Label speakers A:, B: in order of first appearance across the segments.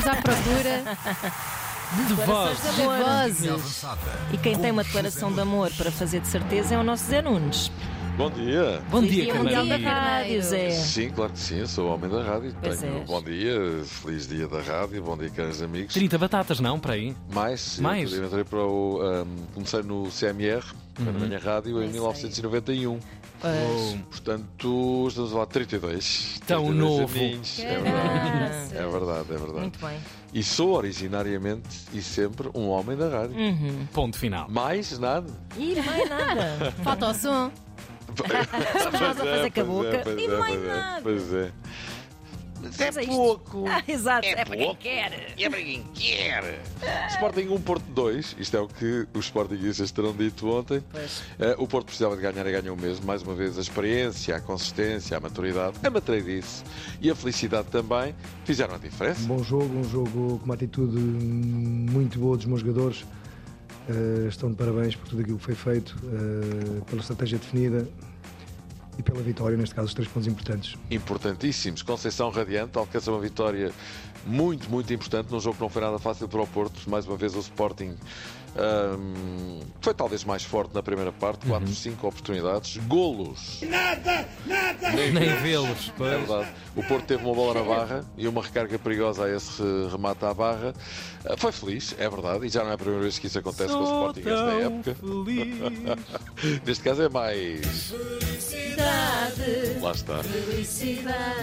A: Estamos à procura
B: De voz.
A: de vozes.
C: Avançada.
D: E quem tem uma declaração de amor para fazer de certeza é o nosso Zé Nunes.
E: Bom dia.
B: Bom
D: Feliz
B: dia,
D: Mundial da
B: Carolina.
D: Rádio, Zé.
E: Sim, claro que sim, sou homem da rádio.
D: É. Pois é.
E: Tenho
D: és.
E: bom dia, feliz dia da rádio, bom dia, caros amigos.
B: 30 batatas, não, para aí.
E: Mais,
B: Mais?
E: Eu entrei para o. ahm, comecei no CMR, na
D: Uhum.
E: minha rádio, em
D: sei.
E: 1991.
B: Oh,
E: Portanto, estamos lá 32.
B: Tão
E: 32
B: novo.
E: aninhos. É verdade,
A: Caraças.
E: é verdade, é verdade.
D: Muito bem.
E: E sou originariamente e sempre um homem da rádio.
D: Uhum.
B: Um ponto final.
E: Mais nada.
D: E mais nada.
A: Falta o som.
D: Somos nós a fazer com a boca.
E: pois
D: E
E: é,
D: mais
E: pois é,
D: nada.
E: Pois é.
D: Mas é isto. Ah, exato. É para quem quer.
C: É para quem quer.
E: Sporting 1, Porto 2, isto é o que os Sportingistas terão dito ontem.
D: Pois.
E: Eh, o Porto precisava de ganhar e ganhou mesmo. Mais uma vez, a experiência, a consistência, a maturidade, a matreirice e a felicidade também fizeram a
F: Um
E: diferença.
F: bom jogo, um jogo com uma atitude muito boa dos meus jogadores. Eh, estão de parabéns por tudo aquilo que foi feito, eh, pela estratégia definida e pela vitória, neste caso, os três pontos importantes.
E: Importantíssimos. Conceição Radiante alcança uma vitória muito, muito importante num jogo que não foi nada fácil para o Porto. Mais uma vez, o Sporting. ahm, foi talvez mais forte na primeira parte, 4, 5 oportunidades, golos
B: Nem vê-los.
E: É
B: Pois.
E: verdade. O Porto teve uma bola na barra e uma recarga perigosa a esse remate à barra. Ah, Foi feliz, é verdade, e já não é a primeira vez que isso acontece com o
B: Sou
E: Sporting esta
B: tão
E: época.
B: Feliz.
E: Neste caso é mais. Lá está.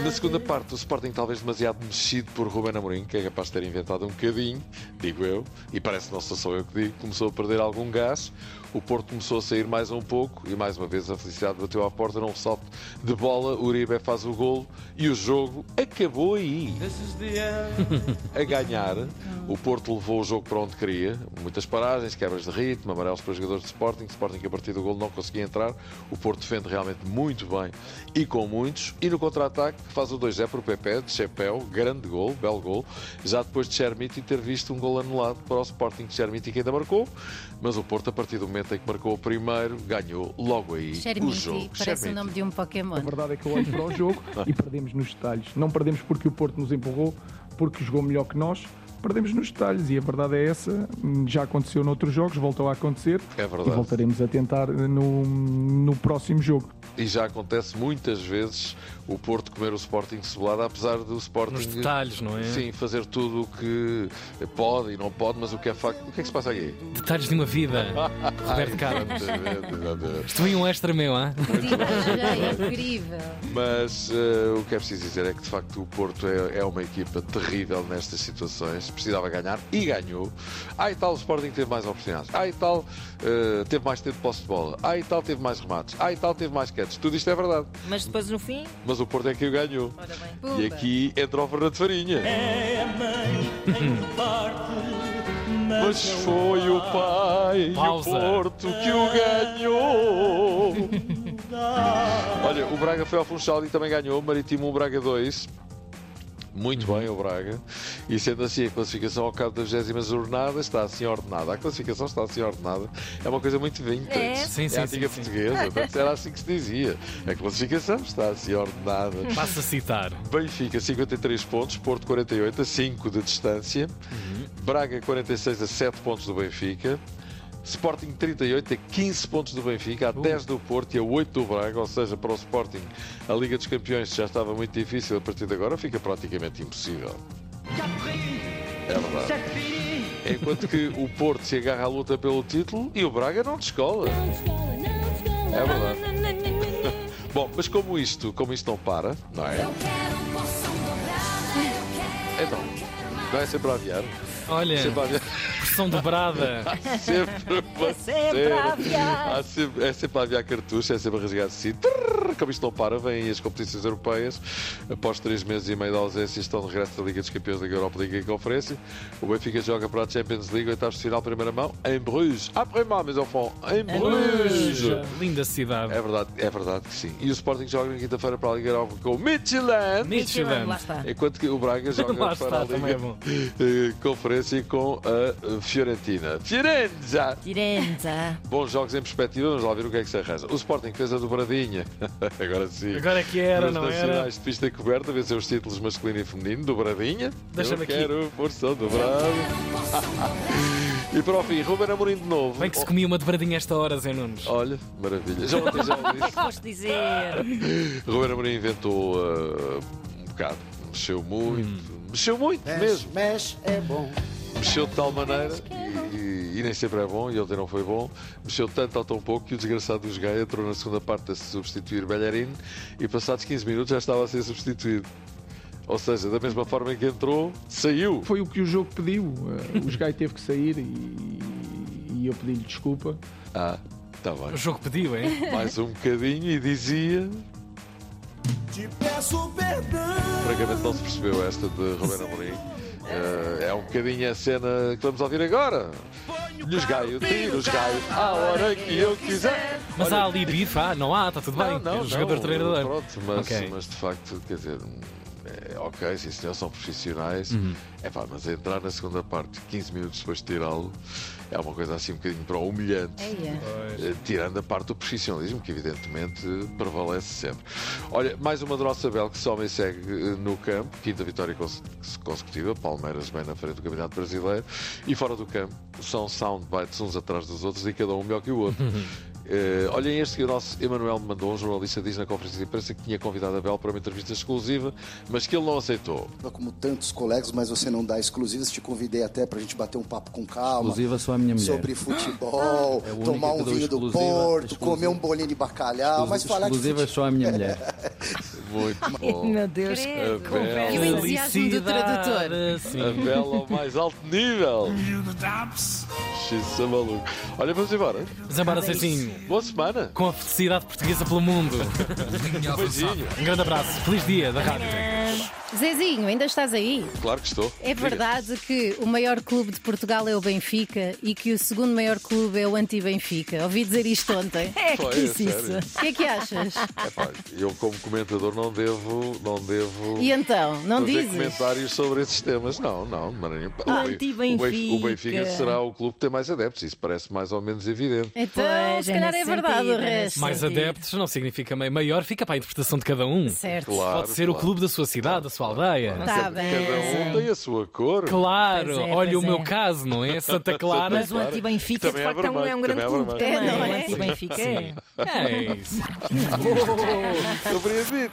E: Na segunda parte, o Sporting talvez demasiado mexido por Ruben Amorim, que é capaz de ter inventado um bocadinho, digo eu, e parece que não sou só eu que digo, começou a perder algum gás. O Porto começou a sair mais um pouco e mais uma vez a felicidade bateu à porta num salto de bola. O Uribe faz o golo e o jogo acabou aí a ganhar. O Porto levou o jogo para onde queria. Muitas paragens, quebras de ritmo, amarelos para os jogadores de Sporting. Sporting que a partir do gol não conseguia entrar. O Porto defende realmente muito bem e com muitos. E no contra-ataque faz o 2-0 para o Pepe, de chapéu. Grande gol, belo gol. Já depois de Chermiti ter visto um gol anulado para o Sporting de Chermiti que ainda marcou. Mas o Porto, a partir do momento em que marcou o primeiro, ganhou logo aí o jogo.
A: Chermiti, parece o
E: Chermiti.
A: nome de um Pokémon.
G: A verdade é que eu olho para o jogo e perdemos nos detalhes. Não perdemos porque o Porto nos empurrou, porque jogou melhor que nós. Perdemos nos detalhes e a verdade é essa. Hum, Já aconteceu noutros jogos, voltou a acontecer.
E: É verdade.
G: E voltaremos a tentar eh, no, no próximo jogo.
E: E já acontece muitas vezes o Porto comer o Sporting cebolada, apesar do Sporting.
B: Nos detalhes, não é?
E: Sim, fazer tudo o que pode e não pode, mas o que é facto. O que é que se passa aqui?
B: Detalhes de uma vida. Roberto Carlos.
E: Exatamente, exatamente.
B: Isto foi um extra meu, hã?
A: É incrível.
E: Mas eh, o que é preciso dizer é que de facto o Porto é, é uma equipa terrível nestas situações. Precisava ganhar e ganhou. Ah, e tal, o Sporting teve mais oportunidades. Ah, e tal, eh, teve mais tempo de posse de bola. Ah, e tal, teve mais remates. Ah, e tal, teve mais catches. Tudo isto é verdade.
D: Mas depois no fim,
E: Mas o Porto é que o ganhou.
D: ora bem.
A: Pumba.
E: E aqui entra o Fernando Farinha. Hum. Mas foi o pai
B: Pausa.
E: e o Porto que o ganhou. Olha, o Braga foi ao Funchal e também ganhou. Marítimo 1, Braga 2. Muito
B: Uhum.
E: bem, o Braga. E sendo assim, a classificação ao cabo da 20 jornada está assim ordenada. A classificação está assim ordenada. É uma coisa muito vintage.
D: É?
B: Sim, sim,
E: é a antiga
B: sim, sim.
E: portuguesa. Antes Era assim que se dizia. A classificação está assim ordenada.
B: Passa a citar.
E: Benfica 53 pontos, Porto 48 a 5 de distância, Braga 46 a 7 pontos do Benfica, Sporting 38 a 15 pontos do Benfica, a 10 do Porto e a 8 do Braga, ou seja, para o Sporting a Liga dos Campeões já estava muito difícil, a partir de agora fica praticamente impossível. É verdade. Enquanto que o Porto se agarra à luta pelo título e o Braga não descola. É verdade. Bom, mas como isto, como isto não para, não é?
D: um
E: Então, não é sempre a aviar.
B: Olha,
E: Sempre a aviar.
B: pressão dobrada.
E: Sempre
D: É sempre a aviar.
E: Há sempre- é sempre a aviar cartucho, é sempre a rasgar sítio. Trrr, Como isto não para, vêm as competições europeias. Após três meses e meio de ausência, estão de regresso da Liga dos Campeões da Europa Liga e Conferência. O Benfica joga para a Champions League, oitavos de final, primeira mão, em Bruges. Après-mão, meus enfants, em Bruges.
B: Linda cidade.
E: É verdade, é verdade que sim. E o Sporting joga na quinta-feira para a Liga Europa com o Midtjylland.
B: Michelin.
D: Lá está.
E: Enquanto que o Braga joga
B: Lá
E: para a
B: está, também é
E: Liga
B: bom.
E: eh, conferência com a Fiorentina. Fiorenza!
D: Tirenza.
E: Bons jogos em perspectiva, vamos lá ver o que é que se arranja. O Sporting fez a dobradinha. Agora sim.
B: Agora é que era,
E: Nos
B: não era?
E: nacionais de pista coberta, venceu os títulos masculino e feminino, dobradinha.
B: Deixa-me
E: Eu
B: aqui.
E: quero porção dobrada. e para o fim, Ruben Amorim de novo. Oh,
B: Bem que se comia uma dobradinha esta hora, Zé Nunes.
E: Olha, maravilha. Já ontem já o disse.
D: Posso dizer.
E: Ruben Amorim inventou eh, um bocado. Mexeu muito. Mexeu muito mesmo.
C: Mas é bom.
E: Mexeu de tal maneira, e, e- e nem sempre é bom, e ontem não foi bom, mexeu tanto ou tão pouco que o desgraçado dos Gaia entrou na segunda parte a se substituir Belharino e passados 15 minutos já estava a ser substituído. Ou seja, da mesma forma em que entrou, saiu.
G: Foi o que o jogo pediu. Uh, O Sky teve que sair e, e eu pedi-lhe desculpa.
E: Ah, está
B: O
E: bem.
B: jogo pediu, hein?
E: Mais um bocadinho e dizia.
C: Te peço perdão.
E: Francamente não se percebeu esta de Ruben Amorim. Eh, é um bocadinho a cena que vamos ouvir agora. Lhes gaio, tiro os gaios à hora que eu quiser.
B: Mas
E: Olha,
B: há ali bife, ah, não há, está tudo bem.
E: Não, não,
B: o jogador
E: não,
B: treinador.
E: Pronto, mas,
B: Ok.
E: mas de facto, quer dizer, hum, é, ok, sim senhor, são profissionais.
B: Uhum.
E: É pá, mas entrar na segunda parte 15 minutos depois de tirá-lo é uma coisa assim um bocadinho para o humilhante.
A: Eia.
E: eh, Tirando a parte do profissionalismo, que evidentemente eh, prevalece sempre. Olha, mais uma Drossa Bel que só me segue eh, no campo, quinta vitória cons- consecutiva, Palmeiras bem na frente do Campeonato Brasileiro, e fora do campo são soundbites uns atrás dos outros e cada um melhor que o outro. Eh, olhem este que o nosso Emanuel me mandou, um jornalista diz na conferência de imprensa que tinha convidado a Bel para uma entrevista exclusiva, mas que ele não aceitou.
C: Como tantos colegas, mas você não dá exclusivas. Te convidei até pra gente bater um papo com calma.
H: Exclusiva só a minha mulher.
C: Sobre futebol,
H: É o único
C: tomar um
H: que dou
C: vinho do
H: exclusiva,
C: Porto,
H: exclusiva.
C: comer um bolinho de bacalhau, mas falar de
H: Exclusiva
C: futebol.
H: só a minha mulher.
E: Muito bom.
D: Meu Deus.
E: A
B: E
E: Bel,
A: o entusiasmo do tradutor.
E: a
B: Sim.
E: Bel ao mais alto nível. X, maluco. Olha, vamos embora.
B: Zambara Ceicinho,
E: Boa semana.
B: com a felicidade portuguesa pelo mundo.
E: Um beijinho.
B: Um grande abraço. Feliz dia da rádio.
A: Zezinho, ainda estás aí?
E: Claro que estou.
A: É
E: Diga.
A: verdade que o maior clube de Portugal é o Benfica e que o segundo maior clube é o anti-Benfica. Ouvi dizer isto ontem.
D: É
E: Foi,
D: que disse
E: é
D: isso.
E: sério.
A: O que é que achas?
E: Epá, eu, como comentador, não devo. Não devo
A: E então, não
E: fazer
A: dizes?
E: comentários sobre esses temas. Não, não, de maneira nenhuma.
D: Ah,
E: O Ben-
D: anti-Benfica.
E: O Ben- o Benfica será o clube que tem mais adeptos, isso parece mais ou menos evidente.
A: Então,
D: Pois,
A: se
D: é
A: calhar é
D: nesse
A: verdade o
D: sentido, é
A: resto.
B: Mais
D: Sentido.
B: adeptos não significa meio maior, fica para a interpretação de cada um.
A: Certo.
E: Claro,
B: Pode ser o
E: claro.
B: clube da sua cidade, da sua aldeia.
A: Está
E: Cada
A: bem.
E: um tem a sua cor.
B: Claro,
D: é, Pois é,
B: olha o
D: pois
B: meu
D: é.
B: caso, não é? Santa Clara.
D: Mas o anti-Benfica, de
E: Também é
D: facto, é um- é um
E: vermelho,
D: grande
E: também é
D: clube.
E: vermelho.
A: É,
D: também.
A: não é?
D: O anti-Benfica é.
B: É isso.
E: Compreendido.